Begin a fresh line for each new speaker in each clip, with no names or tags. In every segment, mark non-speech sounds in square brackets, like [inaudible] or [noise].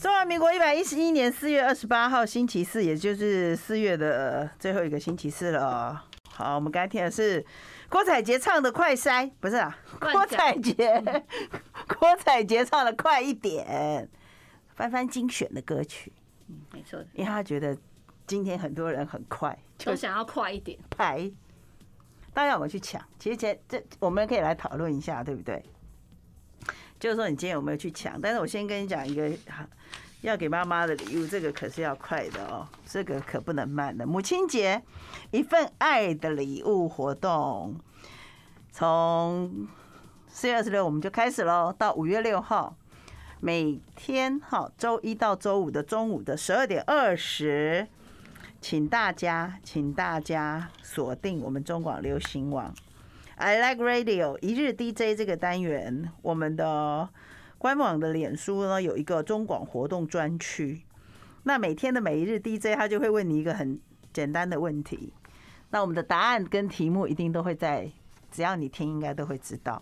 中华民国一百一十一年四月二十八号星期四，也就是四月的呃最后一个星期四了哦。好，我们刚才听的是郭采洁唱的《快塞》，不是啊，
乱
郭
讲
采洁， [laughs] 郭采洁唱的《快一点》，翻翻精选的歌曲，
没错的，
因为他觉得今天很多人很快，就
都想要快一点。
排，大家有没有去抢？其实前这我们可以来讨论一下，对不对？就是说你今天有没有去抢？但是我先跟你讲一个要给妈妈的礼物，这个可是要快的哦，这个可不能慢的。母亲节一份爱的礼物活动，从四月二十六我们就开始喽，到五月六号。每天哈，周一到周五的中午的十二点二十，请大家，请大家锁定我们中广流行网，I Like Radio 一日 DJ 这个单元，我们的官网的脸书呢有一个中广活动专区。那每天的每一日 DJ，他就会问你一个很简单的问题，那我们的答案跟题目一定都会在，只要你听应该都会知道。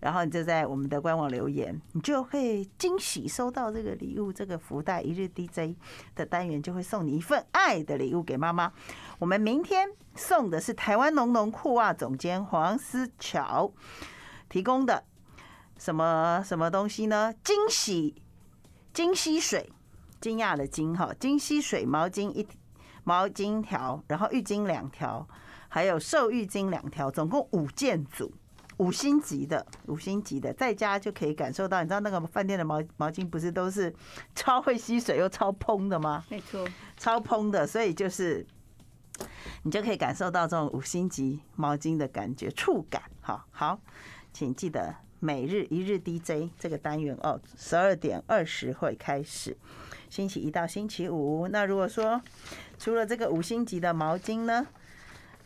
然后你就在我们的官网留言，你就会惊喜收到这个礼物，这个福袋一日 DJ 的单元就会送你一份爱的礼物给妈妈。我们明天送的是台湾农农裤袜总监黄思乔提供的什么什么东西呢？惊喜惊喜水，惊讶的惊哈，惊喜水毛巾一毛巾条，然后浴巾两条，还有瘦浴巾两条，总共五件组。五星级的，五星级的，在家就可以感受到。你知道那个饭店的毛毛巾不是都是 [laughs] 超会吸水又超蓬的吗？
没 [laughs] 错，
超蓬的，所以就是你就可以感受到这种五星级毛巾的感觉触感。好好，请记得每日一日 DJ 这个单元哦，十二点二十会开始，星期一到星期五。那如果说除了这个五星级的毛巾呢，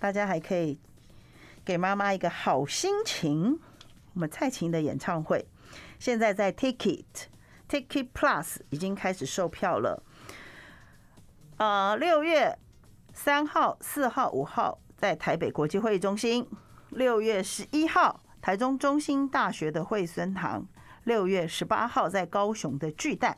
大家还可以给妈妈一个好心情。我们蔡琴的演唱会现在在 Ticket Ticket Plus 已经开始售票了。呃，六月三号、四号、五号在台北国际会议中心，六月十一号台中中心大学的惠孙堂，六月十八号在高雄的巨蛋。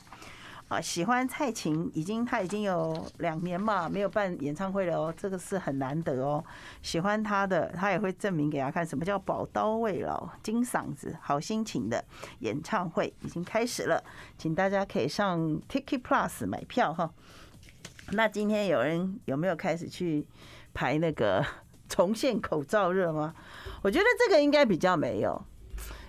啊，喜欢蔡琴已经她已经有两年嘛，没有办演唱会了哦，这个是很难得哦。喜欢她的，她也会证明给大家看什么叫宝刀未老、金嗓子、好心情的演唱会已经开始了，请大家可以上 Ticket Plus 买票哈。那今天有人有没有开始去排那个 [laughs] 重现口罩热吗？我觉得这个应该比较没有，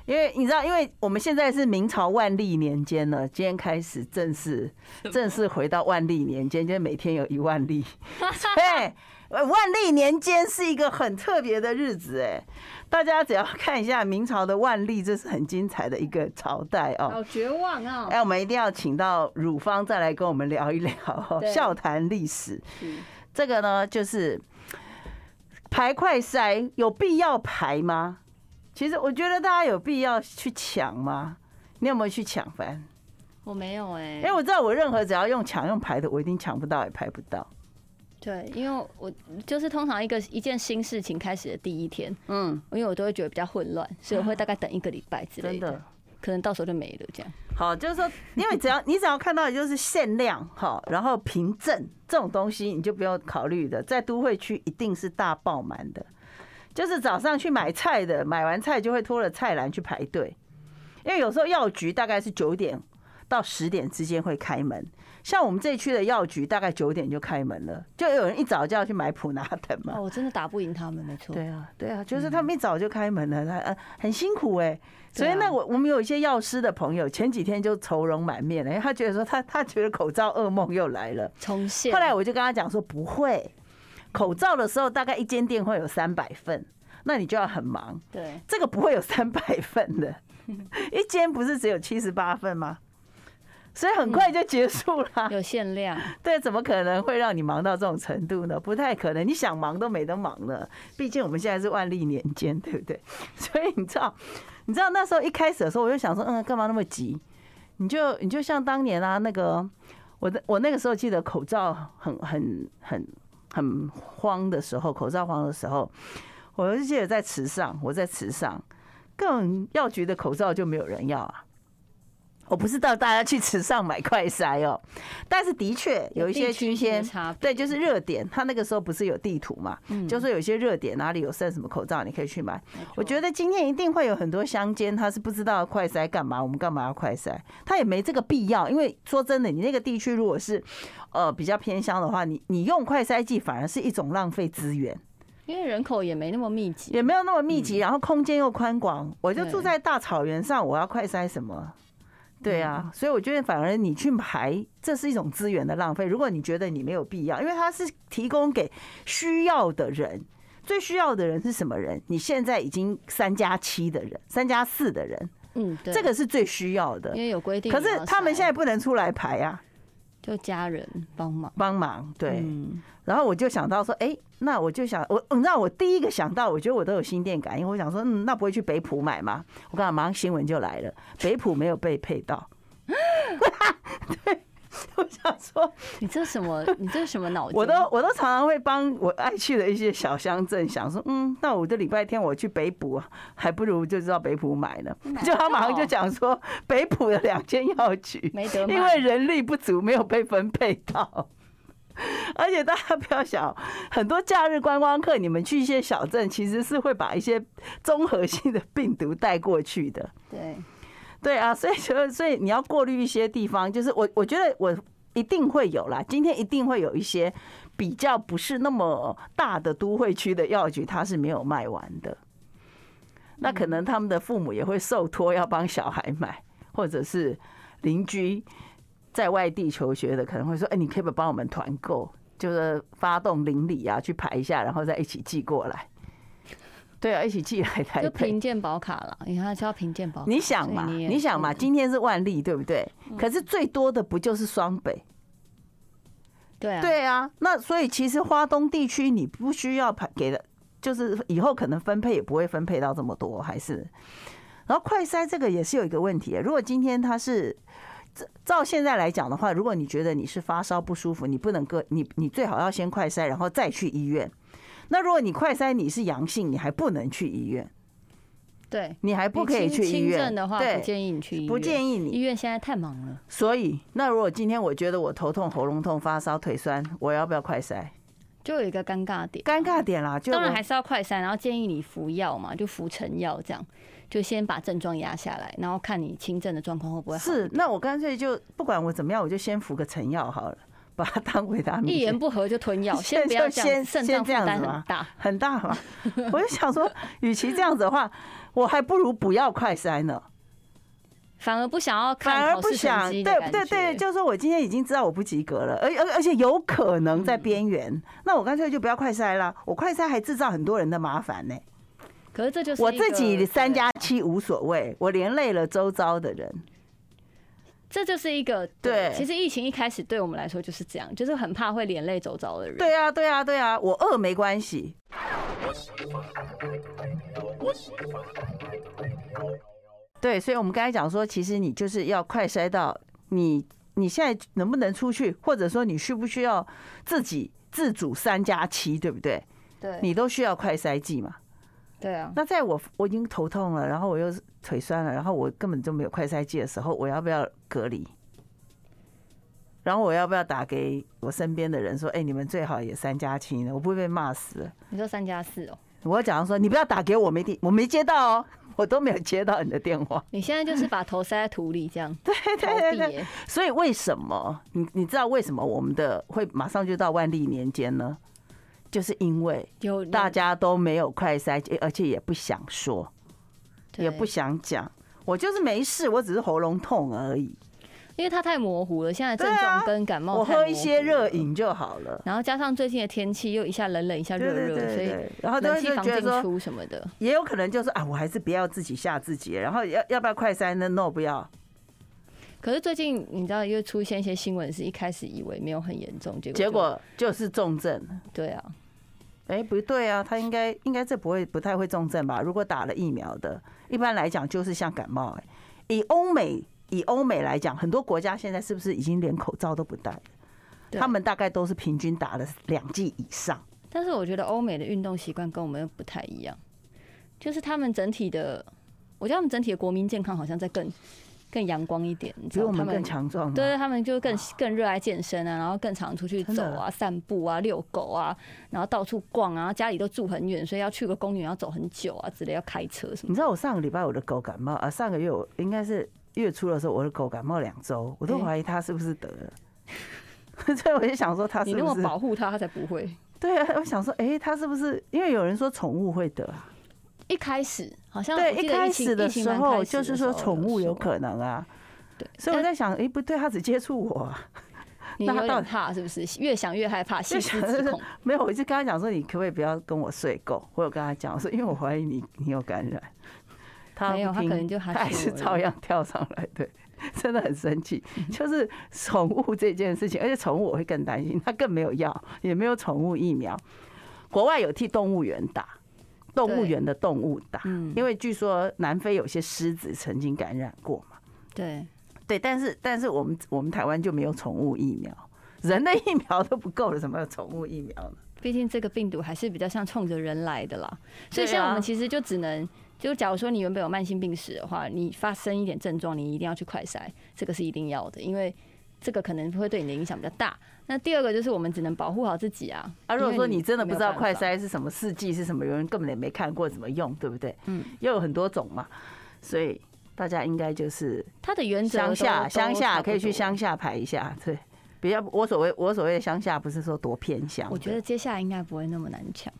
因为你知道，因为我们现在是明朝万历年间呢，今天开始正式正式回到万历年间，就是每天有一万例。 [laughs] 对，呃万历年间是一个很特别的日子哎，大家只要看一下明朝的万历，这是很精彩的一个朝代哦。
好绝望啊、
哎，我们一定要请到乳方再来跟我们聊一聊哦
[laughs] 对
笑谈历史。
是
这个呢，就是排快筛有必要排吗？其实我觉得大家有必要去抢吗？你有没有去抢翻？
我没有哎、
因为我知道我任何只要用抢用排的，我一定抢不到也排不到。
对，因为我就是通常一个一件新事情开始的第一天，
嗯，
因为我都会觉得比较混乱，所以我会大概等一个礼拜之类
真
的，
的。
可能到时候就没了这样。
好，就是说，因为只要你只要看到的就是限量哈，然后凭证这种东西，你就不用考虑的，在都会区一定是大爆满的。就是早上去买菜的，买完菜就会拖着菜篮去排队，因为有时候药局大概是九点到十点之间会开门，像我们这一区的药局大概九点就开门了，就有人一早就要去买普拿疼嘛
哦，。我真的打不赢他们，没错。
对啊，对
嗯
啊，就是他们一早就开门了，他呃很辛苦哎、所以
对啊
那我我们有一些药师的朋友，前几天就愁容满面了，因为他觉得说他他觉得口罩噩梦又来了。
重现。
后来我就跟他讲说不会，口罩的时候大概一间店会有三百份，那你就要很忙，
对，
这个不会有三百份
[laughs]
的，一间不是只有七十八份吗？所以很
嗯
快就结束了。
有限量，
[laughs] 对，怎么可能会让你忙到这种程度呢？不太可能，你想忙都没得忙了。毕竟我们现在是万历年间，对不对？ [laughs] 所以你知道，你知道那时候一开始的时候，我就想说，嗯，干嘛那么急？你就你就像当年啊，那个我的我那个时候记得口罩很很很很慌的时候，口罩慌的时候，我就记得在池上，我在池上，更药局的口罩就没有人要啊。我不是到大家去池上买快筛哦，但是的确有一些
地区
区
性的
先
差别嗯
对，就是热点，他那个时候不是有地图嘛，就说有些热点哪里有剩什么口罩，你可以去买。我觉
得
得今天一定会有很多乡间，他是不知道快筛干嘛，我们干嘛要快筛？他也没这个必要，因为说真的，你那个地区如果是呃比较偏乡的话，你你用快筛剂反而是一种浪费资源，
因为人口也没那么密集，
也没有那么密集，然后空间又宽广。我就
嗯对
住在大草原上，我要快筛什么？对啊，
嗯
所以我觉得反而你去排，这是一种资源的浪费。如果你觉得你没有必要，因为它是提供给需要的人，最需要的人是什么人？你现在已经三加七的人，三加四的人，
嗯，对，
这个是最需要的
因。为有规定，
可是他们现在
在
不能出来排啊，
就家人帮忙，
帮忙对。
嗯
然后我就想到说，哎、那我就想，我你知道我第一个想到，我觉得我都有心电感应，我想说，嗯，那不会去北浦买吗？我刚刚马上新闻就来了，北浦没有被配到。 [laughs] 对，我 [laughs] 想说，
你这什么？你这什么脑筋？
我都我都常常会帮我爱去的一些小乡镇想说，嗯，那我这礼拜天我去北浦啊，还不如就知道北浦买呢
买。
就他
不
马
到
上就讲说，北浦的两间药局
没得买，
因为人力不足，没有被分配到。 [laughs] 而且大家不要想，很多假日观光客，你们去一些小镇，其实是会把一些综合性的病毒带过去的。
对
[laughs] 对啊，所以就所以你要过滤一些地方，就是我我觉得我一定会有啦，今天一定会有一些比较不是那么大的都会区的药局，它是没有卖完的。那可能他们的父母也会受托要帮小孩买，或者是邻居在外地求学的可能会说：“哎、你可不可以帮我们团购？”就是发动邻里啊，去排一下，然后再一起寄过来。对啊，一起寄来台
就
北。
凭健保卡了，你看就要凭健保卡，
你想嘛，
哦所以你也
你想嘛，
是嗯
今天是万例，对不对？可是最多的不就是双北？
对啊，
对啊，那所以其实花东地区你不需要排给的，就是以后可能分配也不会分配到这么多，还是。然后快筛这个也是有一个问题，如果今天它是。这照现在来讲的话，如果你觉得你是发烧不舒服，你不能隔你你最好要先快筛，然后再去医院。那如果你快筛你是阳性，你还不能去医院，
对，
你还不可以
你
去
轻
医
轻
院。
症的话，
对，
不建议你去医院，
不建议你
医院现在太忙了，
所以，那如果今天我觉得我头痛、喉咙痛、发烧、腿酸，我要不要快筛？
就有一个尴尬点。
尴尬点啦，就
当然
我
还是要快筛，然后建议你服药嘛，就服成药这样，就先把症状压下来，然后看你轻症的状况会不会好。
是，那我干脆就不管我怎么样，我就先服个成药好了，把它当维他命。
一言不合就
[laughs]
吞药，
现在
先不要
就
这样，
先
肾
先
脏负
这样
担
子
很
吗
大。
很大嘛，我就想说，与其这样子的话，我还不如不要快筛呢，
反而不想要
反
看
而
考
不
试成
想。
绩
对
的感觉嗯
对对，就是说我今天已经知道我不及格了，而而而且有可能在边缘，那我干脆就不要快筛啦。我快筛还制造很多人的麻烦呢、
可是这就是
我
一个
自己三加
对
七无所谓，我连累了周遭的人。
这就是一个
对
其实疫情一开始对我们来说就是这样，就是很怕会连累走遭的人。
对啊，对啊，对啊，我饿没关系。对，所以我们刚才讲说，其实你就是要快筛到你，你现在能不能出去，或者说你需不需要自己自主三加七，对不对？
对
你都需要快筛剂嘛。
对啊，
那在我我已经头痛了，然后我又腿酸了，然后我根本就没有快筛剂的时候，我要不要隔离？然后我要不要打给我身边的人说，哎、你们最好也三加七呢？我不会被骂死了。
你说三加四哦，
我假如说你不要打给我，没地我没接到哦，我都没有接到你的电话。
你现在就是把头塞在土里这样逃
[laughs] 对对
避
对
耶，
所以为什么你你知道为什么我们的会马上就到万历年间呢？就是因为
有
大家都没有快筛，而且也不想说。
对
也不想讲。我就是没事，我只是喉咙痛而已。
因为它太模糊了，现在症
对啊
状跟感冒
我
太模
喝
糊
一些热
了，
饮就好
[laughs]
了。
然后加上最近的天气又一下冷冷一下
对
热
对
热，
对
所以
对，然后大
冷
家
气
就
房
觉
进
得说，
出什么的，
也有可能就说啊，我还是不要自己吓自己。然后要要不要快筛呢？No，不要。
可是最近你知道又出现一些新闻，是一开始以为没有很严重，结果
结
结
果就是重症。
对啊，
哎，不对啊，他应该应该这不会不太会重症吧？如果打了疫苗的，一般来讲就是像感冒、哎，以欧美以欧美来讲，很多国家现在是不是已经连口罩都不戴了？
对
他们大概都是平均打了两剂以上。
但是我觉得欧美的运动习惯跟我们又不太一样，就是他们整体的，我觉得他们整体的国民健康好像在更更阳光一点，你
比
知道
我
他
们
们
更强壮吗？
对他们就更更热爱健身啊，然后更常出去
真
走
的
啊、散步啊、遛狗啊，然后到处逛啊，家里都住很远，所以要去个公园要走很久啊之类，要开车什么
你。知道我上个礼拜我的狗感冒啊，上个月我应该是月初的时候，我的狗感冒两周，我都
哎
怀疑它是不是得了。 [laughs] 所以我就想说，它
你
是
那
不
么
是？
保护它，它才不会。
对啊，我想说，哎、它是不是？因为有人说宠物会得啊。
一开始好像
对，
我记
一
得
开
疫情
始的
疫情
时
刚
候
开始
就
的
是
时
说
候
宠物有
说
可能啊，
对，
所以我在想，哎、不对，它只接触我啊、
你
那
有
它到
点
底
怕是不是？越想越害怕，细
就
思
想
极
是
恐。
没有，我一直跟他讲说，你可不可以不要跟我睡够？我有跟他讲，我说因为我怀疑你你有感染。他
没有
不
[laughs] 他可
听
能就
他
哈
还
欠
是
我
照
而已
样跳上来， [laughs] 对，真的很生气。
嗯
就是宠物这件事情，而且宠物我会更担心，它更没有药，也没有宠物疫苗。国外有替动物园打，动物
对
园的动物打，
嗯，
因为据说南非有些狮子曾经感染过嘛。
[laughs] 对，
对，但是但是我们我们台湾就没有宠物疫苗，人的疫苗都不够了，怎么有宠物疫苗呢？
毕竟这个病毒还是比较像冲着人来的啦，所以
对
像我
啊
们其实就只能。就假如说你原本有慢性病史的话，你发生一点症状，你一定要去快筛，这个是一定要的，因为这个可能会对你的影响比较大。那第二个就是我们只能保护好自己啊。
啊，如果
因为
说你真的不知道快，
没有办法
筛是什么试剂是什么，有人根本也没看过怎么用，对不对？
嗯，
又有很多种嘛，所以大家应该就是
它的原则
乡
都
下乡下可以去。
都差
乡下排一下，对，比较我所谓我所谓的乡下，不是说多偏乡
不
的，
多我觉得接下来应该不会那么难抢，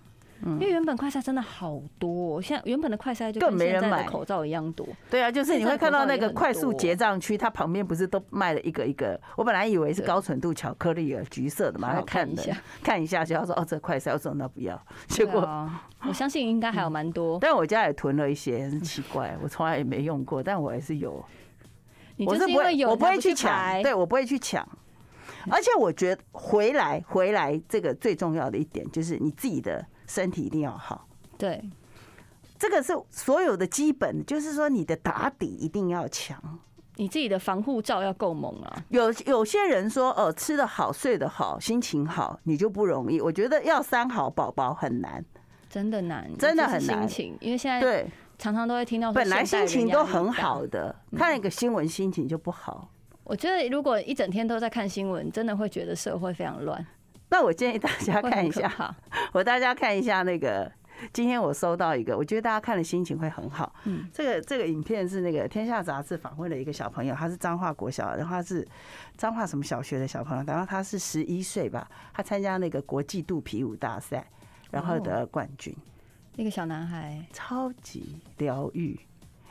嗯
因为原本快筛真的好多、哦，现在原本的快筛就
更
跟
没人
现在的
买
口罩一样多。
对啊，就是你会看到那个快速
现在口罩也很多
结账区，它旁边不是都卖了一个一个，我本来以为是
对
高纯度巧克力啊，橘色的嘛，
好
要看
看一
的
下，
看一下就要说哦，这快筛，我说那哦不要，结
对
果
啊，我相信应该还有蛮多。
但我家也囤了一些，很奇怪，我从来也没用过，但我还是有。
你
我
就是
不
因为
会，
有
我
你才
会去
去
抢，
排
对我不会去抢。
嗯
而且我觉得回来回来这个最重要的一点就是你自己的身体一定要好，
对
这个是所有的基本，就是说你的打底一定要强。
你自己的防护罩要够猛啊。
有有些人说，呃，吃得好、睡得好、心情好，你就不容易。我觉得要三好宝宝很难，
真的难，
真的
就是
很难
心情，因为现在
对，
常常都会听到说
本来
哎现代
心情
人压
都
力
很
大嗯
好。的，看一个新闻心情就不好。
我觉得如果一整天都在看新闻，真的会觉得社会非常乱，
那我建议大家
会很
看一
可
下，
怕。
我大家看一下那个，今天我收到一个，我觉得大家看了心情会很好。
嗯，
这个这个影片是那个《天下》杂志访问了一个小朋友，他是彰化国小，然后他是彰化什么小学的小朋友，然后他是十一岁吧，他参加那个国际肚皮舞大赛，然后得了冠军，
那个小男孩，
超级疗愈。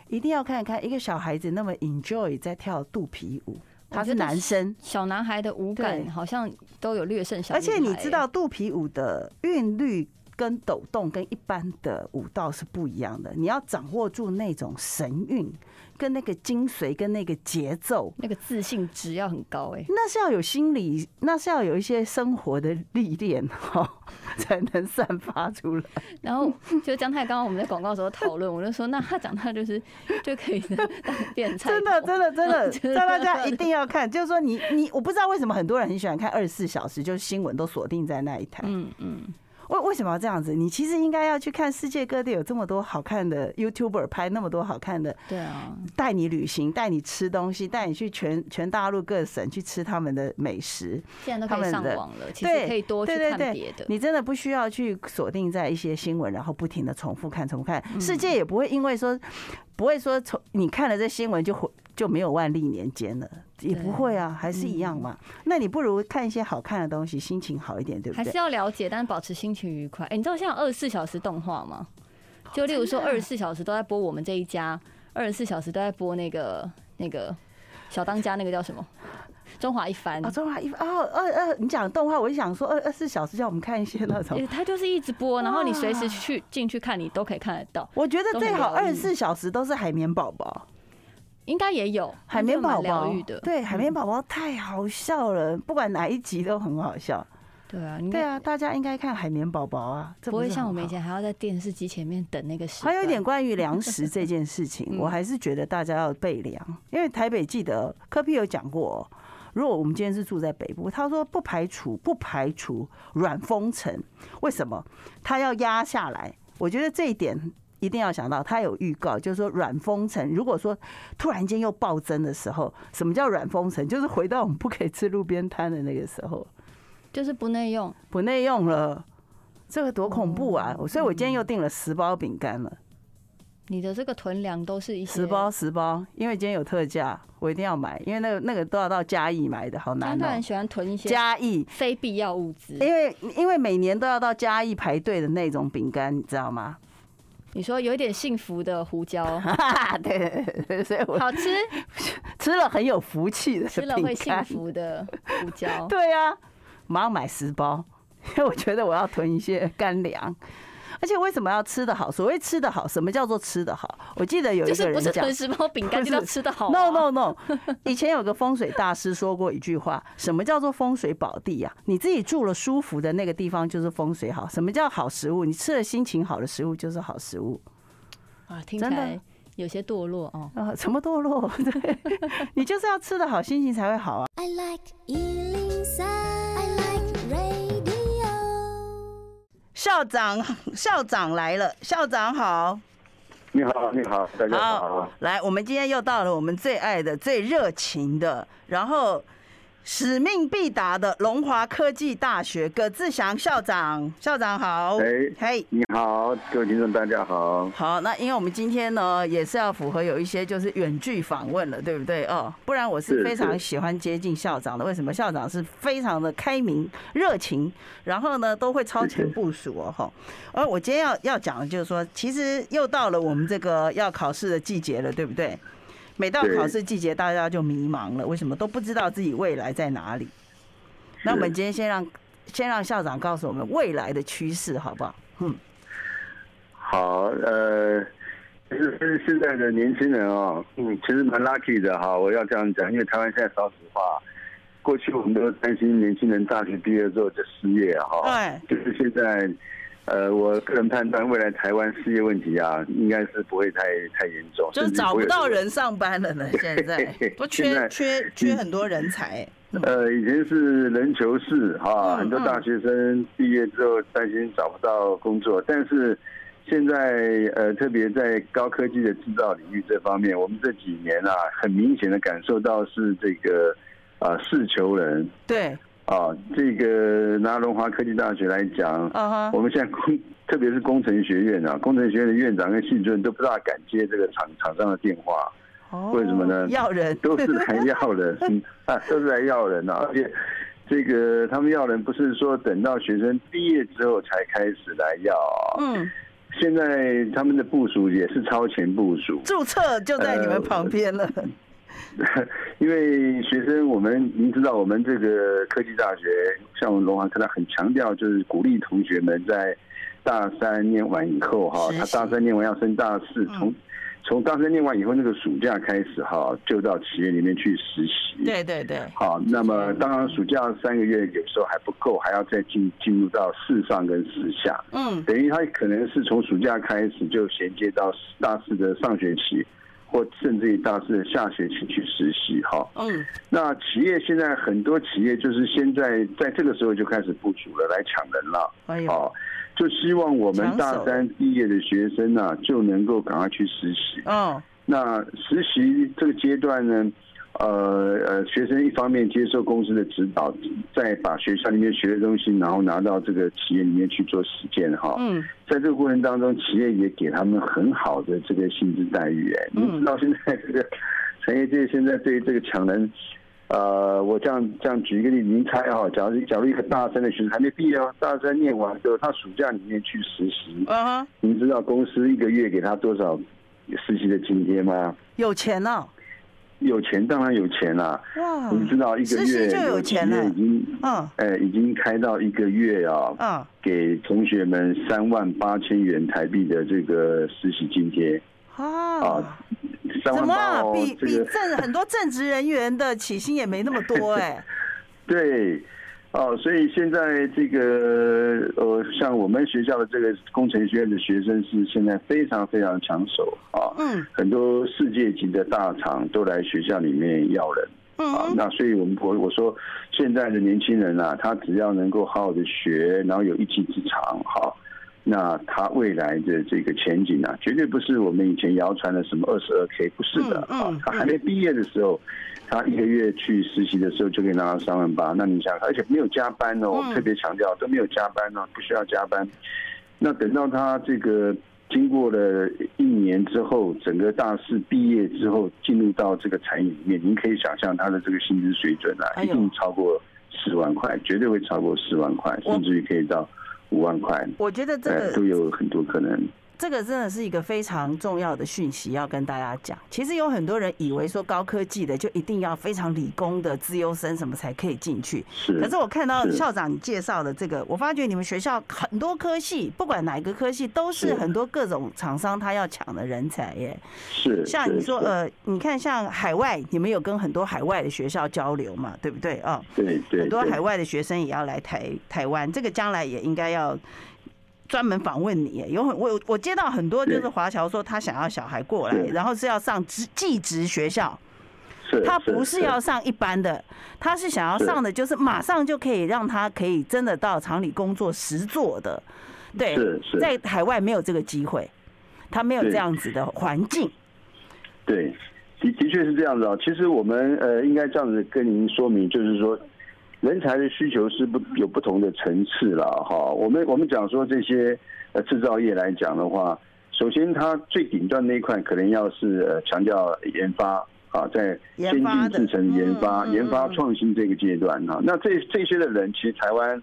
一定要看看一个小孩子那么 enjoy 在跳肚皮舞，他是
我觉得
男生，
小男孩的五感
对
好像都有略胜小
而
女孩欸，
且你知道肚皮舞的韵律跟抖动跟一般的舞蹈是不一样的，你要掌握住那种神韵，跟那个精髓，跟那个节奏，
那个自信值要很高
[laughs]
哎、
那是要有心理，那是要有一些生活的历练哦， [laughs] 才能散发出来。
然后就姜太刚刚我们在广告的时候讨论，我就说那他长大就是 [laughs] 就可以当变菜头，
真的，真的，真的，
真的
叫大家一定要看。就是说你，你我不知道为什么很多人很喜欢看二十四小时，就是新闻都锁定在那一台。
嗯嗯，
为为什么要这样子？你其实应该要去看世界各地有这么多好看的 YouTuber 拍那么多好看的，
对啊，
带你旅行，带你吃东西，带你去全全大陆各省去吃他们的美食。
现在都
他
可
们
以上
的
网了，其
对
实可以多去
对对
看
对
别的。
你真的不需要去锁定在一些新闻，然后不停的重复看、重复看。
嗯
世界也不会因为说不会说从你看了这新闻就回就没有万历年间了，也不会啊，还是一样嘛。那你不如看一些好看的东西，心情好一点，对不
嗯还是
对？
要了解，但是保持心情愉快。哎、你知道像二十四小时动画吗？
哦
就例如
啊
说二十四小时都在播我们这一家，二十四小时都在播那个那个小当家那个叫什么？中华一番
啊，。中华一哦二二，你讲动画，我就想说二二十四小时叫我们看一些那种
诶它哎就是一直播，然后你随时去进去看，你都可以看得到，
我觉得最好
都很
二
疗
十
愈
四小时都是海绵宝宝，
应该也有
海绵宝
蛮疗
宝
愈的，嗯
对，海绵宝宝太好笑了，不管哪一集都很好笑。
对啊，你
对啊，大家应该看海绵宝宝啊，这
不
是
会像
很
我们以
好。
前还要在电视机前面等那个时段，
还有一点关于粮食这件事情，我还是觉得大家要备粮，因为台北记得柯比有讲过，哦如果我们今天是住在北部，他说不排除不排除软封城，为什么？他要压下来，我觉得这一点一定要想到，它有预告，就是说软封城，如果说突然间又暴增的时候，什么叫软封城？就是回到我们不可以吃路边摊的那个时候，
就是不内用。
不内用了，这个多恐怖啊！所以我今天又订了十包饼干了，
你的这个囤粮都是一些
十包十包，因为今天有特价，我一定要买，因为那个那个都要到嘉义买的，好
现在
难
都
哦
很、喜欢囤一些
嘉义，
非必要物资。
因为因为每年都要到嘉义排队的那种饼干，你知道吗？ [laughs]
你说有一点幸福的胡椒，
哈哈，对对 [laughs] 对对，所以我
好吃，
吃了很有福气的
吃了会
饼
幸
干。
福的胡椒
[laughs] 对呀、马上买十包， [laughs] 因为我觉得我要囤一些干粮。而且为什么要吃得好？所谓吃得好，什么叫做吃得好？我记得有
就
一个
是不
人
是
讲
囤十包饼干
[laughs] 不
就叫
是
吃的好、啊、
，no no no，以前有个风水大师说过一句话，什么叫做风水宝地呀、你自己住了舒服的那个地方就是风水好。什么叫好食物？你吃了心情好的食物就是好食物。
啊，听起
真的
来有些堕落哦。
啊，什么堕落？ [laughs] 对，你就是要吃的好，心情才会好啊。
I like Ealing Sound. I like radio.
校长，校长来了，校长好。
你好，你好，大家好。
来，我们今天又到了我们最爱的、最热情的，然后使命必达的龙华科技大学葛志祥校长，校长好。
哎
嘿。
你好，各位听众，大家好。
好，那因为我们今天呢，也是要符合有一些就是远距访问了，对不对？哦，不然我是
是
非常
是
喜欢接近校长的。为什么？校长是非常的开明、热情，然后呢都会超前部署哦，吼。而我今天要要讲的就是说，其实又到了我们这个要考试的季节了，对不对？每到
对
考试季节，大家就迷茫了，为什么都不知道自己未来在哪里？那我们今天先让先让校长告诉我们未来的趋势，好不好？嗯，
好，呃，其实现在的年轻人哦，嗯，其实蛮 lucky 的哈。我要这样讲，因为台湾现在少子化，过去我们都担心年轻人大学毕业之后就失业哈。
对，
就是现在，呃，我个人判断，未来台湾失业问题啊，应该是不会太太严重，
就是
甚至
找
会
不
有
到
这个
人上班了呢，现在都
[laughs] 现
缺
在
缺缺很多人才、欸。
呃，以前是人求事哈，
嗯
很多
嗯
大学生毕业之后担心找不到工作，但是现在呃，特别在高科技的制造领域这方面，我们这几年啊，很明显的感受到是这个啊、事求人
对，
啊，这个拿龙华科技大学来讲，
啊哈，
我们现在工特别是工程学院啊，工程学院的院长跟系主任都不大敢接这个厂厂商的电话。
哦
为什么呢
要人，
都是来要
[laughs]
人，嗯啊，都是来要人啊，而且这个他们要人不是说等到学生毕业之后才开始来要啊，
嗯，
现在他们的部署也是超前部署， [laughs]
注册就在你
呃
们旁边了。
因为学生我们您知道，我们这个科技大学，像我们龙华科大很强调就是鼓励同学们在大三念完以后哈，
实
他
习嗯
大三念完要升大四，从从大三念完以后那个暑假开始哈，就到企业里面去实习。
对对对，
好，那么当然，暑假三个月有时候还不够，还要再进进入到四上跟四下，
嗯，
等于他可能是从暑假开始就衔接到大四的上学期，或甚至于大四的下学期去实习。哈，
嗯，
那企业现在很多企业就是现在在这个时候就开始部署了，来抢人了。
哎呦，
好，就希望我
抢
们
手
大三毕业的学生啊，就能够赶快去实习。
哦，
那实习这个阶段呢，呃呃，学生一方面接受公司的指导，再把学校里面学的东西，然后拿到这个企业里面去做实践哈。
嗯，
在这个过程当中，企业也给他们很好的这个薪资待遇。哎，
嗯
你知道现在这个产业界现在对于这个抢人。呃，我这样这样举一个例子，您猜哈、假如假如一个大三的学生还没毕业哦，大三念完之后，他暑假里面去实习，
啊哈，
您知道公司一个月给他多少实习的津贴吗？
有钱哦，
有钱当然有钱啦、
哇，
你知道一个
实习
月
嗯就有钱了
有企业已经
嗯
呃已经开到一个月啊、
嗯，
给同学们三万八千元台币的这个实习津贴
啊
啊。，三
怎
万
么
八
啊？
哦
比，
这
比
个
正很多正职人员的起薪也没那么多
[laughs]
哎、
对。哦，所以现在这个呃，像我们学校的这个工程学院的学生是现在非常非常抢手啊，
嗯
很多世界级的大厂都来学校里面要人。啊，
嗯，
那所以我们我我说现在的年轻人啊，他只要能够好好的学，然后有一技之长，好，那它未来的这个前景啊，绝对不是我们以前谣传的什么二十二 k，不是的
嗯嗯
啊。他还没毕业的时候，他一个月去实习的时候就可以拿到三万八，那你想，而且没有加班哦，
嗯
我特别强调都没有加班哦，不需要加班。那等到他这个经过了一年之后，整个大四毕业之后，进入到这个产业里面，您可以想象他的这个薪资水准啊，
哎
一
呦
定超过十万块，绝对会超过十万块，
我
甚至于可以到五万块。
我觉得这
呃，都
个
有很多可能。
这个真的是一个非常重要的讯息要跟大家讲。其实有很多人以为说高科技的就一定要非常理工的资优生什么才可以进去，
是，
可是我看到
是
校长你介绍的这个，我发觉你们学校很多科系，不管哪一个科系，都是
是
很多各种厂商他要抢的人才耶。
是
像
对
你说，
是
呃，你看像海外，你们有跟很多海外的学校交流嘛，对不对啊？
对对，
很多
对
海外的学生也要来台台湾，这个将来也应该要专门访问你耶。有很我我接到很多就是
对
华侨说他想要小孩过来，
对
然后是要上职技职学校，
是
他不是要上一般的，他是想要上的就是马上就可以让他可以真的到厂里工作实做的，对
是，是
在海外没有这个机会，他没有
对
这样子的环境，
对，的的确是这样子啊、其实我们呃，应该这样子跟您说明，就是说，人才的需求是不有不同的层次了哈。我们我们讲说这些呃制造业来讲的话，首先它最顶端那一块可能要是呃强调研发。啊，在先
研发
进
的
制程研发、
嗯嗯
研发
嗯
创新这个阶段哈、那这这些的人，其实台湾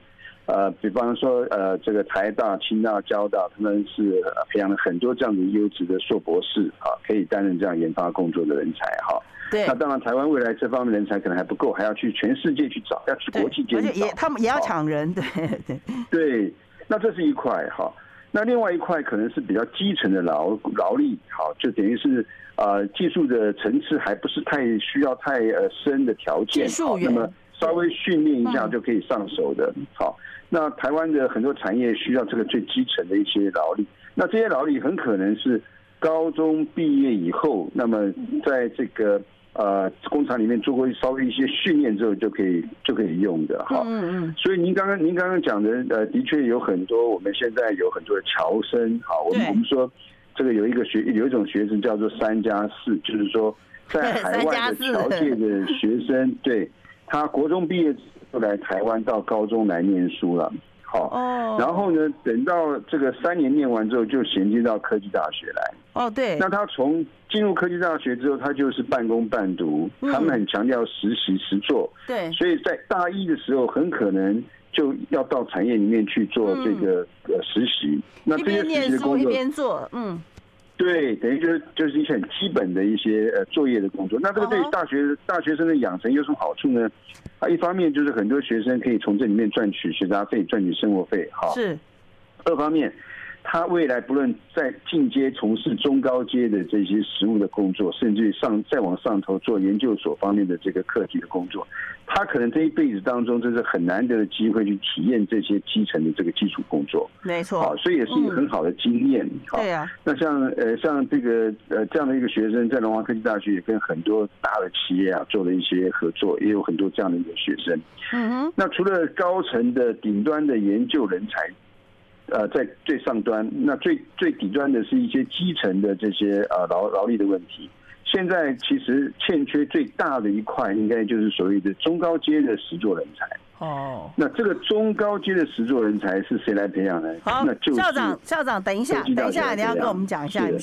呃，比方说呃，这个台大、清大、交大，他们是呃培养了很多这样的优质的硕博士啊，可以担任这样研发工作的人才哈。
对
那。当然，台湾未来这方面人才可能还不够，还要去全世界去找，要去
对
国际，
而
间
且
找
也。他们也要
好
抢人，对对，
对，那这是一块哈。那另外一块可能是比较基层的劳劳力，好，就等于是呃技术的层次还不是太需要太呃深的条
技
件，
术
好，那
员
么稍微训练一下
嗯
就可以上手的，好。那台湾的很多产业需要这个最基层的一些劳力，那这些劳力很可能是高中毕业以后，那么在这个呃工厂里面做过稍微一些训练之后就可以就可以用的，好。
嗯嗯，
所以您刚刚您刚刚讲的，呃，的确有很多，我们现在有很多的侨生，好，我
对
们我们说这个有一个学有一种学生叫做三加四，就是说在海外的
三加四
侨界的学生，对他国中毕业就来台湾到高中来念书了，好，
哦，
然后呢，等到这个三年念完之后，就衔接到科技大学来。
哦对，
那他从进入科技大学之后，他就是半工半读，
嗯
他们很强调实习实做，
对，
所以在大一的时候，很可能就要到产业里面去做这个呃实习。那
嗯一
这些
边
实习
念
的
书
工
一
作，
边做，嗯，
对，等于就是就是一些很基本的一些呃作业的工作。那这个对
哦吼
大学大学生的养成有什么好处呢？啊，一方面就是很多学生可以从这里面赚取学杂费、赚取生活费，哈。
是，
二方面，他未来不论在进阶从事中高阶的这些实务的工作，甚至于上再往上头做研究所方面的这个课题的工作，他可能这一辈子当中，这是很难得的机会去体验这些基层的这个基础工作。
没
好，
错，
所以也是一个很好的经验。好
对啊，
那像呃像这个呃这样的一个学生，在龙华科技大学也跟很多大的企业啊做了一些合作，也有很多这样的一个学生。
嗯哼，
那除了高层的顶端的研究人才，呃，在最上端，那最最底端的是一些基层的这些呃劳劳力的问题。现在其实欠缺最大的一块，应该就是所谓的中高阶的实作人才。
哦。
那这个中高阶的实作人才是谁来培养呢？
好
那，就是
校长，校长，等一下
科，技大
等一下，
学
你要
这
跟
样
我们讲一下
是
你
的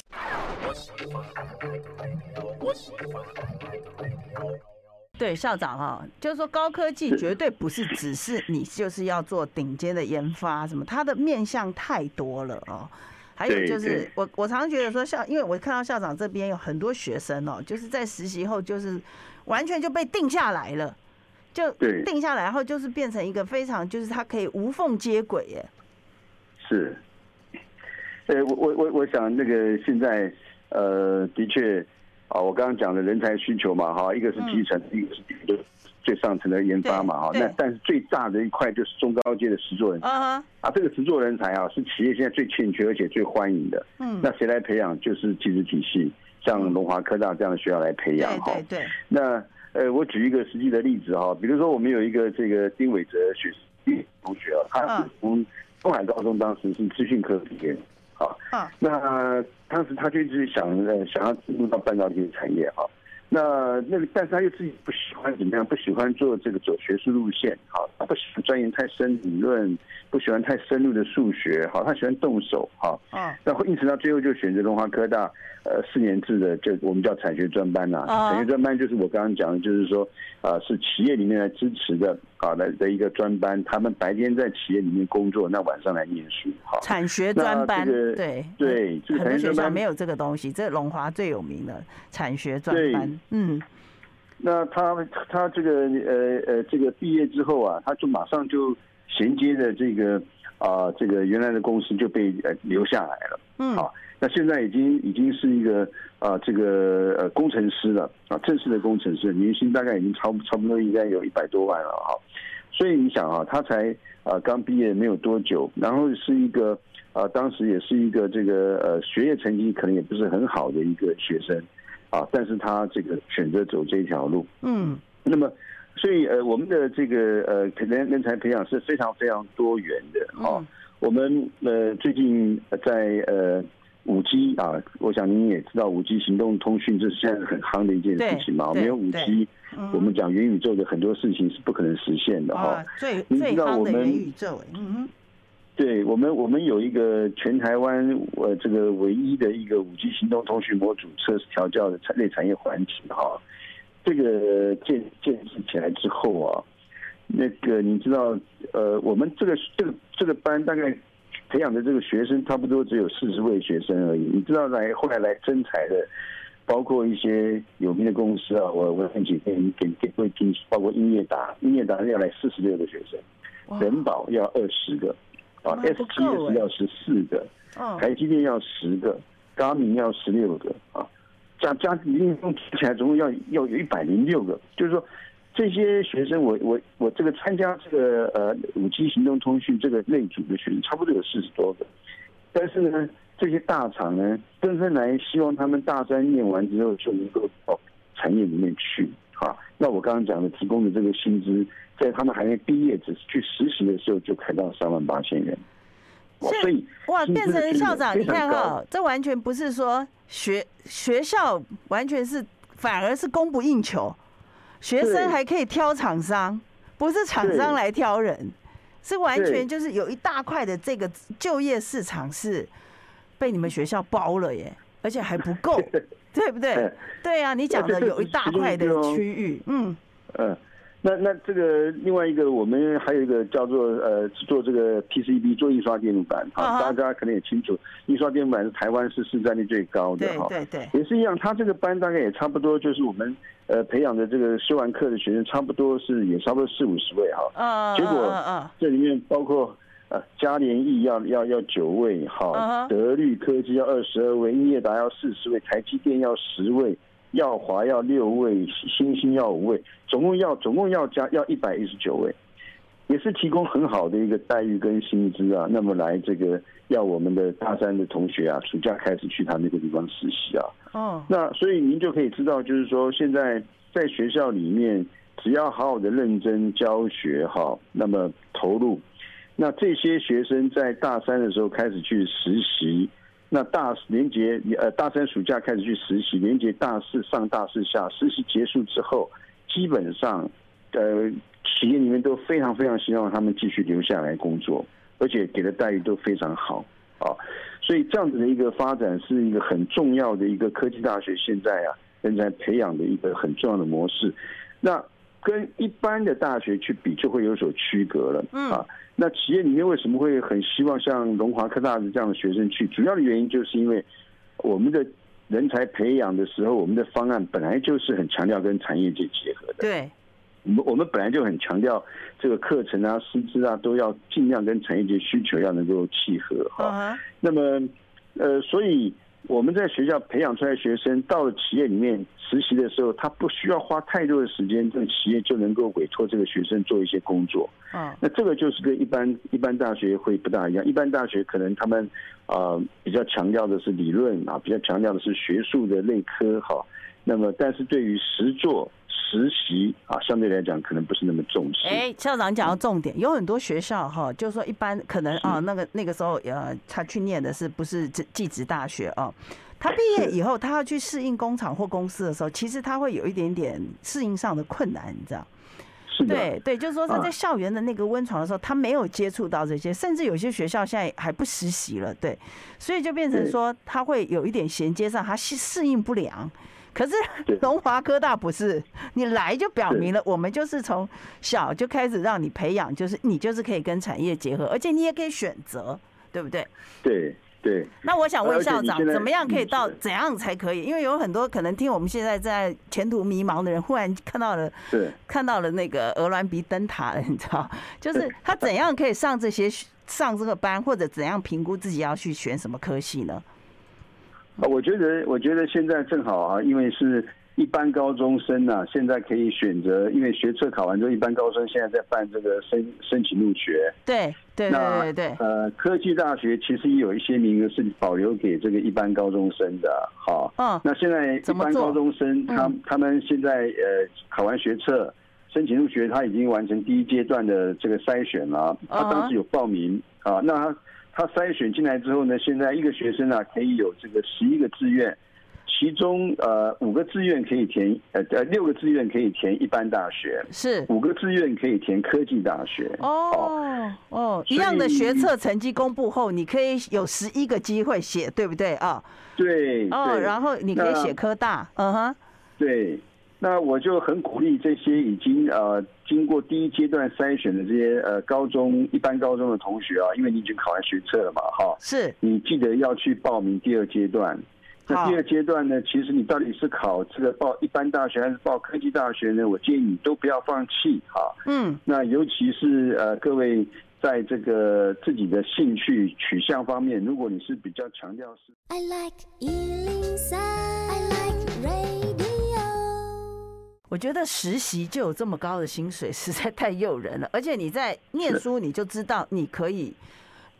对，校长啊、就是说高科技绝对不是只是你就是要做顶尖的研发什么，它的面向太多了哦。还有
对
就是
对
我我常常觉得说校，因为我看到校长这边有很多学生哦，就是在实习后就是完全就被定下来了，就
对
定下来后就是变成一个非常就是他可以无缝接轨耶。
是，呃，我我我我想那个现在呃，的确啊，我刚刚讲的人才需求嘛，哈，一个是基层，一个是最最上层的研发嘛，哈，
嗯对
那
对
但是最大的一块就是中高阶的实作人才
嗯哼，
啊，这个实作人才啊是企业现在最欠缺而且最欢迎的，
嗯，
那谁来培养？就是技术体系，像龙华科大这样的学校来培养
对
哈
对。对，
那呃，我举一个实际的例子哈，比如说我们有一个这个丁伟哲学同学啊，
嗯
他是从东海高中当时是资讯科学，好，
啊，
那当时他就一直想呃想要进入到半导体的产业哈。那那个，但是他又自己不喜欢怎么样，不喜欢做这个走学术路线，好，他不喜欢钻研太深理论，不喜欢太深入的数学，好，他喜欢动手，好，
啊，
然后因此到最后就选择龙华科大，呃，四年制的，就我们叫产学专班呐、
啊
产学专班就是我刚刚讲的，就是说，啊，是企业里面来支持的啊的的一个专班，他们白天在企业里面工作，那晚上来念书，好，
产学专班，
那这个
对
对，这
很
个产
多
学
学
专
校
班
没有这个东西，这龙华最有名的产学专
对
班，嗯，
那他他这个呃呃这个毕业之后啊，他就马上就衔接的这个啊、这个原来的公司就被呃留下来了。
嗯
好，那现在已经已经是一个啊、这个呃工程师了啊，正式的工程师，年薪大概已经超差不多应该有一百多万了哈。所以你想啊，他才啊刚毕业没有多久，然后是一个啊当时也是一个这个呃学业成绩可能也不是很好的一个学生啊，但是他这个选择走这一条路。
嗯，
那么，所以呃，我们的这个呃人人才培养是非常非常多元的哦。
嗯
我们呃最近呃在呃五 G 啊，我想您也知道五 G 行动通讯这是现在很夯的一件事情嘛。
对
没有五
对嗯
G，我们讲元宇宙的很多事情是不可能实现的哈、
啊，最
您
最
知道
夯
我
的
们
元宇宙，哎嗯哼。
对我们，我们有一个全台湾呃这个唯一的一个五 G 行动通讯模组测试调教的产类产业环节哈，这个建建制起来之后啊，那个你知道呃我们这个这个这个班大概培养的这个学生差不多只有四十位学生而已，你知道来后来来征才的。包括一些有名的公司啊，我我很请给给给会听，包括音乐达，音乐达要来四十六个学生，
哇
人保要二十个，啊
那还不够
，SGS
欸
要十四个，
哦，
台积电要十个，高明要十六个啊，加加一共加起来总共要要有一百零六个，就是说。这些学生我，我我这个参加这个呃五 G 行动通讯这个类组的学生，差不多有四十多个。但是呢，这些大厂呢，纷纷来希望他们大三念完之后就能够到产业里面去啊。那我刚刚讲的提供的这个薪资，在他们还没毕业只是去实习的时候就开到三万八千元，哇
是
所以
哇，
薪
变
资的
成
水
校
准
长，
非
你
常
看
高
哈，这完全不是说学学校，完全是反而是供不应求，学
对
生还可以挑厂商，不是厂
对
商来挑人，是完
对
全就是有一大块的这个就业市场是被你们学校包了耶，而且还不
[laughs]
够，对不对
哎？
对啊，你讲
这 [laughs]
的
这
有一
是
大
其中
块
一
的
个哦
区域，嗯，
嗯，那那这个另外一个，我们还有一个叫做呃做这个 PCB 做印刷电路板
啊
啊，
哈
大家可能也清楚，印刷电路板是台湾是市占率最高的
对
哈。
对对，
也是一样，他这个班大概也差不多，就是我们呃培养的这个修完课的学生，差不多是也差不多四五十位哈。
嗯，
结果
嗯嗯嗯
这里面包括呃嘉联益要要要九位，
嗯
哈
哼，
德律科技要二十二位，英业达要四十位，台积电要十位，耀华要六位，星星要五位，总共要总共要加要一百一十九位，也是提供很好的一个待遇跟薪资啊。那么来这个要我们的大三的同学啊，暑假开始去他那个地方实习啊。
哦，
那所以您就可以知道，就是说现在在学校里面，只要好好的认真教学哈，那么投入，那这些学生在大三的时候开始去实习，那大年节呃大三暑假开始去实习，年节大四上大四下，实习结束之后，基本上呃企业里面都非常非常希望他们继续留下来工作，而且给的待遇都非常好啊。所以这样子的一个发展是一个很重要的一个科技大学现在啊人才培养的一个很重要的模式。那跟一般的大学去比，就会有所区隔了。
嗯
啊，那企业里面为什么会很希望像龙华科大的这样的学生去？主要的原因就是因为我们的人才培养的时候，我们的方案本来就是很强调跟产业界结合的。
对，
我们我们本来就很强调这个课程啊、师资啊，都要尽量跟产业界需求要能够契合哈。
嗯哼，
那么，呃，所以我们在学校培养出来的学生，到了企业里面实习的时候，他不需要花太多的时间，这个企业就能够委托这个学生做一些工作。
嗯
那这个就是跟一般一般大学会不大一样，一般大学可能他们啊、呃比较强调的是理论啊，比较强调的是学术的类科哈。那么，但是对于实作实习啊，相对来讲可能不是那么重视。
哎、校长讲到重点，有很多学校哈，就说一般可能啊，那个那个时候呃，他去念的是不是技技职大学啊？他毕业以后，他要去适应工厂或公司的时候，其实他会有一点点适应上的困难，你知道？
[laughs] 是的，
对对，就是说
啊
他在校园的那个温床的时候，他没有接触到这些，甚至有些学校现在还不实习了，对，所以就变成
对
说他会有一点衔接上，他适适应不良。可是
对
龙华科大不是，你来就表明了，我们就是从小就开始让你培养，就是你就是可以跟产业结合，而且你也可以选择，对不对？
对对
那我想问
而且
校
你
长，
现在
怎么样可以
嗯
到
是的
怎样才可以？因为有很多可能听我们现在在前途迷茫的人，忽然看到了
对。
看到了那个鹅銮鼻灯塔了， [laughs] 你知道，就是
[laughs] 对
他怎样可以上这些上这个班，或者怎样评估自己要去选什么科系呢？
啊，我觉得，我觉得现在正好啊，因为是一般高中生啊，现在可以选择，因为学测考完之后，一般高中生现在在办这个申申请入学。
对对对对对，
呃，科技大学其实也有一些名额是保留给这个一般高中生的，好。
嗯
那现在一
怎么
般
做嗯
高中生他他们现在呃考完学测。申请入学，他已经完成第一阶段的这个筛选了。他
嗯哼
当时有报名啊，那他他筛选进来之后呢，现在一个学生啊可以有这个十一个志愿，其中呃五个志愿可以填呃呃六个志愿可以填一般大学，
是
五个志愿可以填科技大学。啊
哦哦，一样的学测成绩公布后，你可以有十一个机会写，对不对啊？
对
哦，
对
然后你可以
那
写科大，嗯哼，
对，那我就很鼓励这些已经呃经过第一阶段筛选的这些呃高中一般高中的同学啊，因为你已经考完学测了嘛，哈，
是
你记得要去报名第二阶段。
好
那第二阶段呢，其实你到底是考这个报一般大学还是报科技大学呢？我建议你都不要放弃啊。
嗯
那尤其是呃各位在这个自己的兴趣取向方面，如果你是比较强调是。
I like Ealing Sound. I like radio.
我觉得实习就有这么高的薪水，实在太诱人了。而且你在念书，你就知道你可以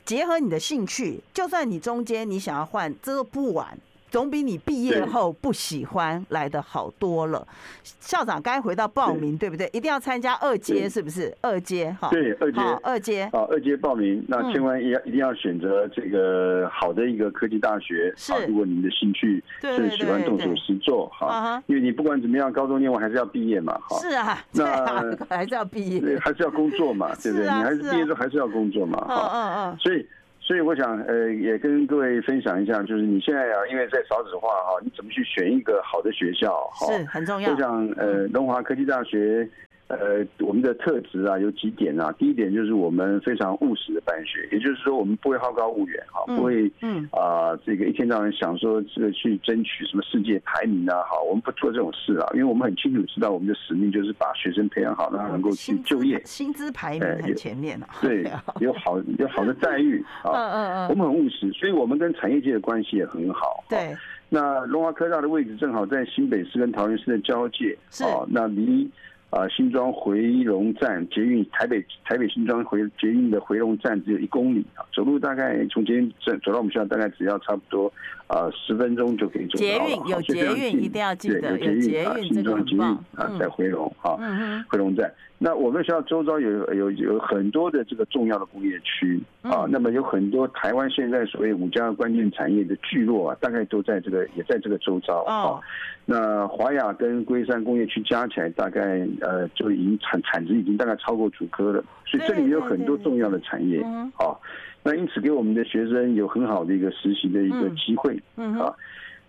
结合你的兴趣，就算你中间你想要换，这都不晚，总比你毕业
对
后不喜欢来的好多了。校长该回到报名，对不对？一定要参加二阶，
对
是不是？二阶哈，
对二阶
好，二阶
啊，二阶报名，那
嗯
千万也要、一定要选择这个好的一个科技大学。
是
啊，如果你的兴趣
对
是
对
喜欢
对
动手
对
实做，
啊
哈
哈，
因为你不管怎么样，高中念完还是要毕业嘛，哈，
是啊，对啊 [laughs]
那，
还是要毕业。
对还是要工作
[laughs]
嘛，对不对？
是啊
你还是
是啊
毕业之后还是要工作嘛，
嗯
哈，
嗯嗯，
所以。所以我想，呃，也跟各位分享一下，就是你现在啊，因为在少子化哈、你怎么去选一个好的学校？哈、
是很重要嗯
我。想，呃，龙华科技大学，呃，我们的特质啊有几点啊。第一点就是我们非常务实的办学，也就是说我们不会好高骛远哈，
嗯
不会
嗯，
啊、这个一天到晚想说这个去争取什么世界排名啊，好，我们不做这种事啊，因为我们很清楚知道我们的使命就是把学生培养好，让他能够去
薪资
就业，
薪资排名
哎
很
有
前面哦了。 [laughs]
对，有好有好的待遇啊。
嗯嗯
我
嗯，
们很务实，所以我们跟产业界的关系也很好。
对，
那龙华科大的位置正好在新北市跟桃园市的交界，
是
啊，那离啊、呃新庄回龙站捷运台北台北新庄回捷运的回龙站只有一公里啊，走路大概从捷运站走到我们学校大概只要差不多啊十、10分钟就可以走
捷
到了。
运
好
有
所以非
捷
常
运
近
一定要记
对
得有捷
有捷运啊，
运这个
新庄
很
捷运
棒
啊
嗯，
在回龙啊。
嗯哼，
回龙站。那我们学校周遭有有有很多的这个重要的工业区啊
嗯，
那么有很多台湾现在所谓五家关键产业的聚落啊，大概都在这个也在这个周遭啊
哦。，
那华雅跟龟山工业区加起来，大概呃就已经产产值已经大概超过主科了，所以这里面有很多重要的产业
对对对嗯
啊。那因此给我们的学生有很好的一个实习的一个
嗯
机会。
嗯哼
啊，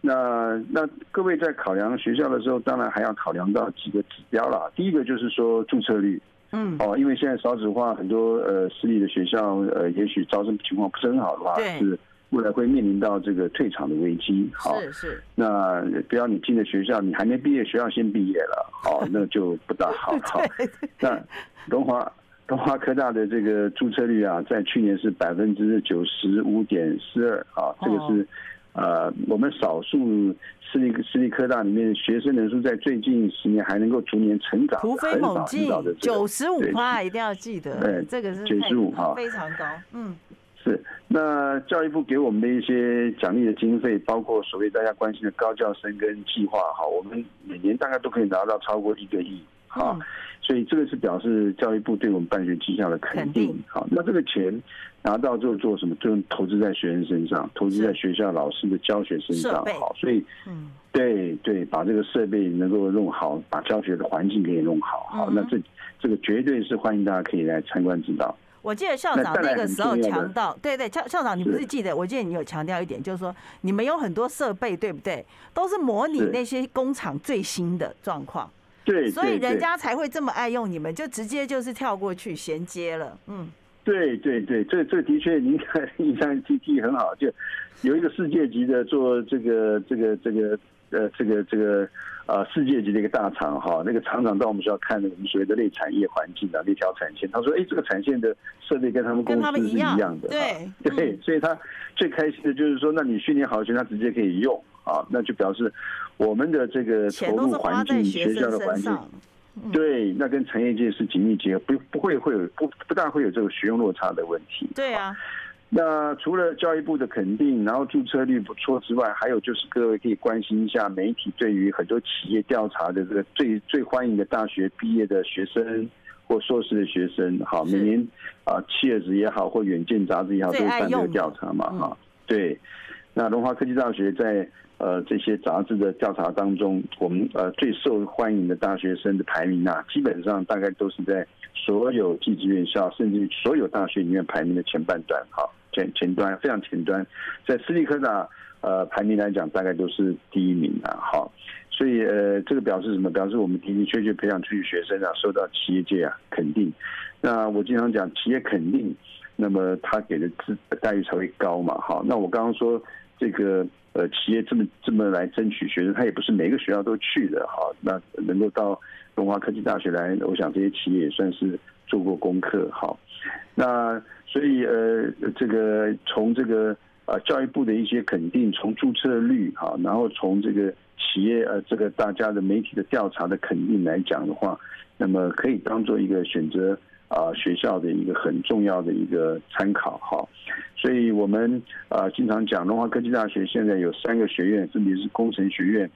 那那各位在考量学校的时候，当然还要考量到几个指标啦。第一个就是说注册率
嗯，
哦，因为现在少子化，很多呃私立的学校呃，也许招生情况不是很好的话
对，
是未来会面临到这个退场的危机。好，
是是，
那不要你进了学校，你还没毕业，学校先毕业了，
[laughs]
哦，那就不大好。好， [laughs] 那龙华龙华科大的这个注册率啊，在去年是百分之九十五点四二啊，这个是、
哦
呃我们少数私立私立科大里面学生人数在最近十年还能够逐年成长，
突飞
很
猛
少遇
进
到的，这个
九十五
对
趴一定要记得，这个是太
95%哈
非常高，嗯，
是，那教育部给我们的一些奖励的经费，包括所谓大家关心的高教生跟计划，哈，我们每年大概都可以拿到超过一个亿，哈、
嗯
所以这个是表示教育部对我们办学绩效的肯
肯
定
定，
好，那这个钱拿到之后做什么？就投资在学生身上，投资在学校老师的教学身
设
上
备，
好，所以
嗯，
对对，把这个设备能够弄好，把教学的环境给你弄好，好，
嗯哼
那这这个绝对是欢迎大家可以来参观指导。
我记得校
那
长
再来
那个
很
时候
重要的
强调，对对，校校长你不
是
是记得？我记得你有强调一点，就是说你们有很多设备，对不对？都是模拟
是
那些工厂最新的状况，
对，
所以
对
人
对
家才会这么爱用你们，就直接就是跳过去衔接了。嗯，
对对对，这这的确，您看 [laughs] 印象记记忆很好，就有一个世界级的做这个这个这个呃这个这个呃世界级的一个大厂哈，那个厂长到我们学校看我们所谓的类产业环境啊，那条产线，他说哎这个产线的设备跟他们
跟
公
他
司
们
是
一
一
样
样的，
对
哈对
嗯，
所以他最开心的就是说，那你训练好学生，他直接可以用啊，那就表示我们的这个
钱
投
都
入
是花
环
在
境、
学
学校
生
的环
身
境
上。嗯
对，那跟产业界是紧密结合，不不会会有不不大会有这个学用落差的问题。
对啊，
那除了教育部的肯定，然后注册率不错之外，还有就是各位可以关心一下媒体对于很多企业调查的这个最最欢迎的大学毕业的学生或硕士的学生，好，
是
每年啊，Cheers 也好或远见杂志也好，都
最
会
爱
办这
用
个
的
调查嘛，
嗯
哈，对。那龙华科技大学在呃这些杂志的调查当中，我们呃最受欢迎的大学生的排名啊，基本上大概都是在所有技职院校，甚至于所有大学里面排名的前半段，哈，前前端非常前端，在私立科大呃排名来讲，大概都是第一名啊，好。所以，呃，这个表示什么？表示我们的的确确培养出去学生啊，受到企业界啊肯定。那我经常讲，企业肯定，那么他给的资待遇才会高嘛。好，那我刚刚说这个呃，企业这么这么来争取学生，他也不是每个学校都去的哈。那能够到龙华科技大学来，我想这些企业也算是做过功课好。那所以呃，这个从这个呃教育部的一些肯定，从注册率哈，然后从这个企业呃这个大家的媒体的调查的肯定来讲的话，那么可以当做一个选择啊、学校的一个很重要的一个参考哈。所以我们呃经常讲，龙华科技大学现在有三个学院，分别是工程学院、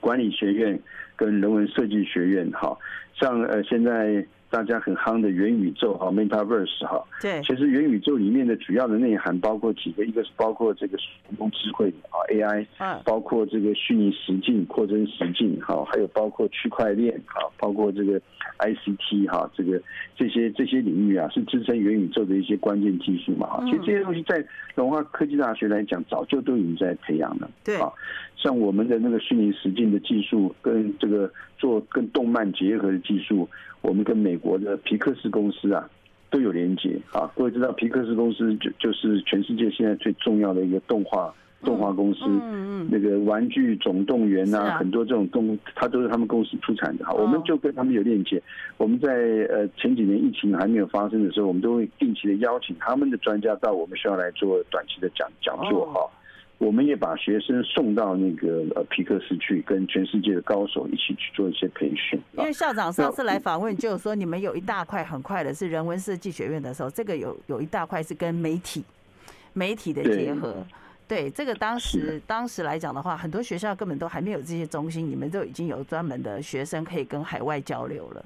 管理学院跟人文设计学院哈。像呃现在大家很夯的元宇宙哈 （MetaVerse） 哈，
对，
其实元宇宙里面的主要的内涵包括几个，一个是包括这个人工智慧啊 AI，
嗯
包括这个虚拟实境、扩增实境，好，还有包括区块链啊，包括这个 ICT 哈，这个这些这些领域啊，是支撑元宇宙的一些关键技术嘛。哈
嗯
其实这些东西在龙华科技大学来讲，早就都已经在培养了。
对
啊，像我们的那个虚拟实境的技术，跟这个做跟动漫结合的技术，我们跟美国的皮克斯公司啊都有连接啊。各位知道皮克斯公司就就是全世界现在最重要的一个动画动画公司，
嗯嗯
那个玩具总动员
是啊
啊，很多这种动，它都是他们公司出产的哈。
哦
我们就跟他们有链接。我们在呃前几年疫情还没有发生的时候，我们都会定期的邀请他们的专家到我们学校来做短期的讲讲座
哦
哈。我们也把学生送到那个呃皮克斯去，跟全世界的高手一起去做一些培训啊。
因为校长上次来访问就有说，你们有一大块很快的是人文设计学院的时候，这个有有一大块是跟媒体媒体的结合。对，这个当时当时来讲的话，很多学校根本都还没有这些中心，你们都已经有专门的学生可以跟海外交流了。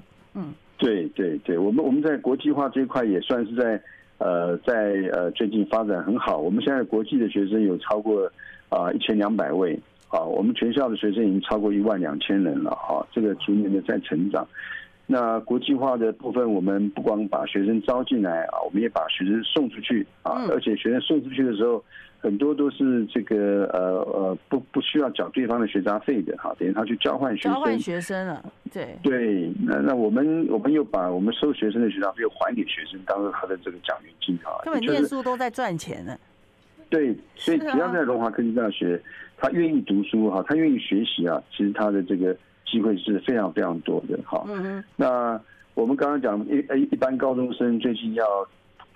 对对对，我们我们在国际化这一块也算是在呃在呃最近发展很好。我们现在国际的学生有超过啊一千两百位啊，我们全校的学生已经超过一万两千人了啊，这个逐年的在成长。那国际化的部分，我们不光把学生招进来啊，我们也把学生送出去啊
嗯，
而且学生送出去的时候，很多都是这个呃呃不不需要缴对方的学杂费的哈、啊，等于他去交换学
交换
生。
学生了，对，
对，那那我们我们又把我们收学生的学杂费又还给学生，当做他的这个奖学金啊，
根本
就
念
是
书都在赚钱呢。
对，所以
是
只
啊
要在龙华科技大学，他愿意读书哈，他愿意学习啊，其实他的这个机会是非常非常多的哈。
嗯嗯，
那我们刚刚讲一一一般高中生最近要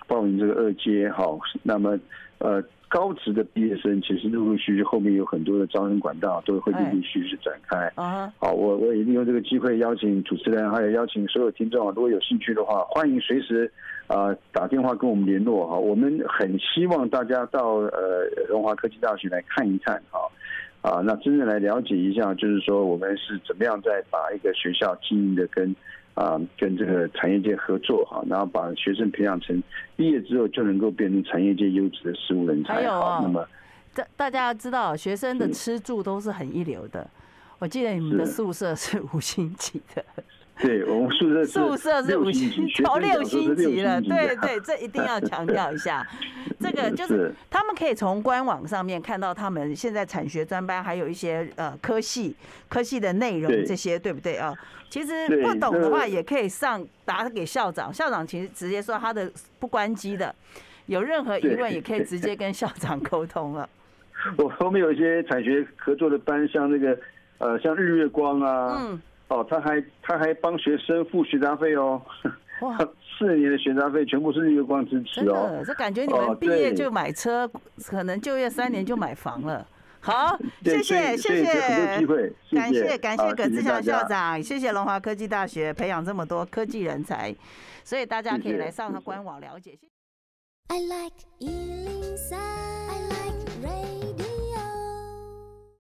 报名这个二阶哈，那么呃高职的毕业生其实陆陆续续后面有很多的招生管道都会陆
哎
陆续续展开。
啊
好，我我也利用这个机会邀请主持人，还有邀请所有听众，如果有兴趣的话，欢迎随时呃打电话跟我们联络哈。我们很希望大家到呃荣华科技大学来看一看哈。啊，那真正来了解一下，就是说我们是怎么样在把一个学校经营的跟啊跟这个产业界合作哈，然后把学生培养成毕业之后就能够变成产业界优质的实务人
还
才
有
好
哦，
那么
大大家要知道，学生的吃住都是很一流的。我记得你们的
是
宿舍是五星级的，
对我们宿舍是
宿舍是
六
五星
级，学
哦，
生
六
角
星
都是
级
六
了，
星级的
对对，这一定要强调一
[laughs]
下。这个就是
是
他们可以从官网上面看到他们现在产学专班，还有一些呃科系、科系的内容
对
这些，对不对啊？其实
对
不懂的话
那
也可以上打给校长，校长其实直接说他的不关机的，有任何疑
对
问也可以直接跟校长沟通了。
我后面有一些产学合作的班，像那个呃，像日月光 [laughs] 啊，
嗯，
哦，他还他还帮学生付学杂费哦，
哇，
[laughs] 四年的学杂费全部是日月光支持
真
哦
的，。这感觉你
哦
们毕业
对
就买车，可能就业三年就买房了。好，
[laughs]
谢
对
谢
对对
谢
有很多机
谢，
会，
感
谢
谢感
好
谢葛
谢
志
大
强
家
校长，谢谢龙华科技大学培养这么多科技人才，所以大家可以
谢谢
来上
谢
他
谢
官网了解。
I like Ealing Sound. I like radio.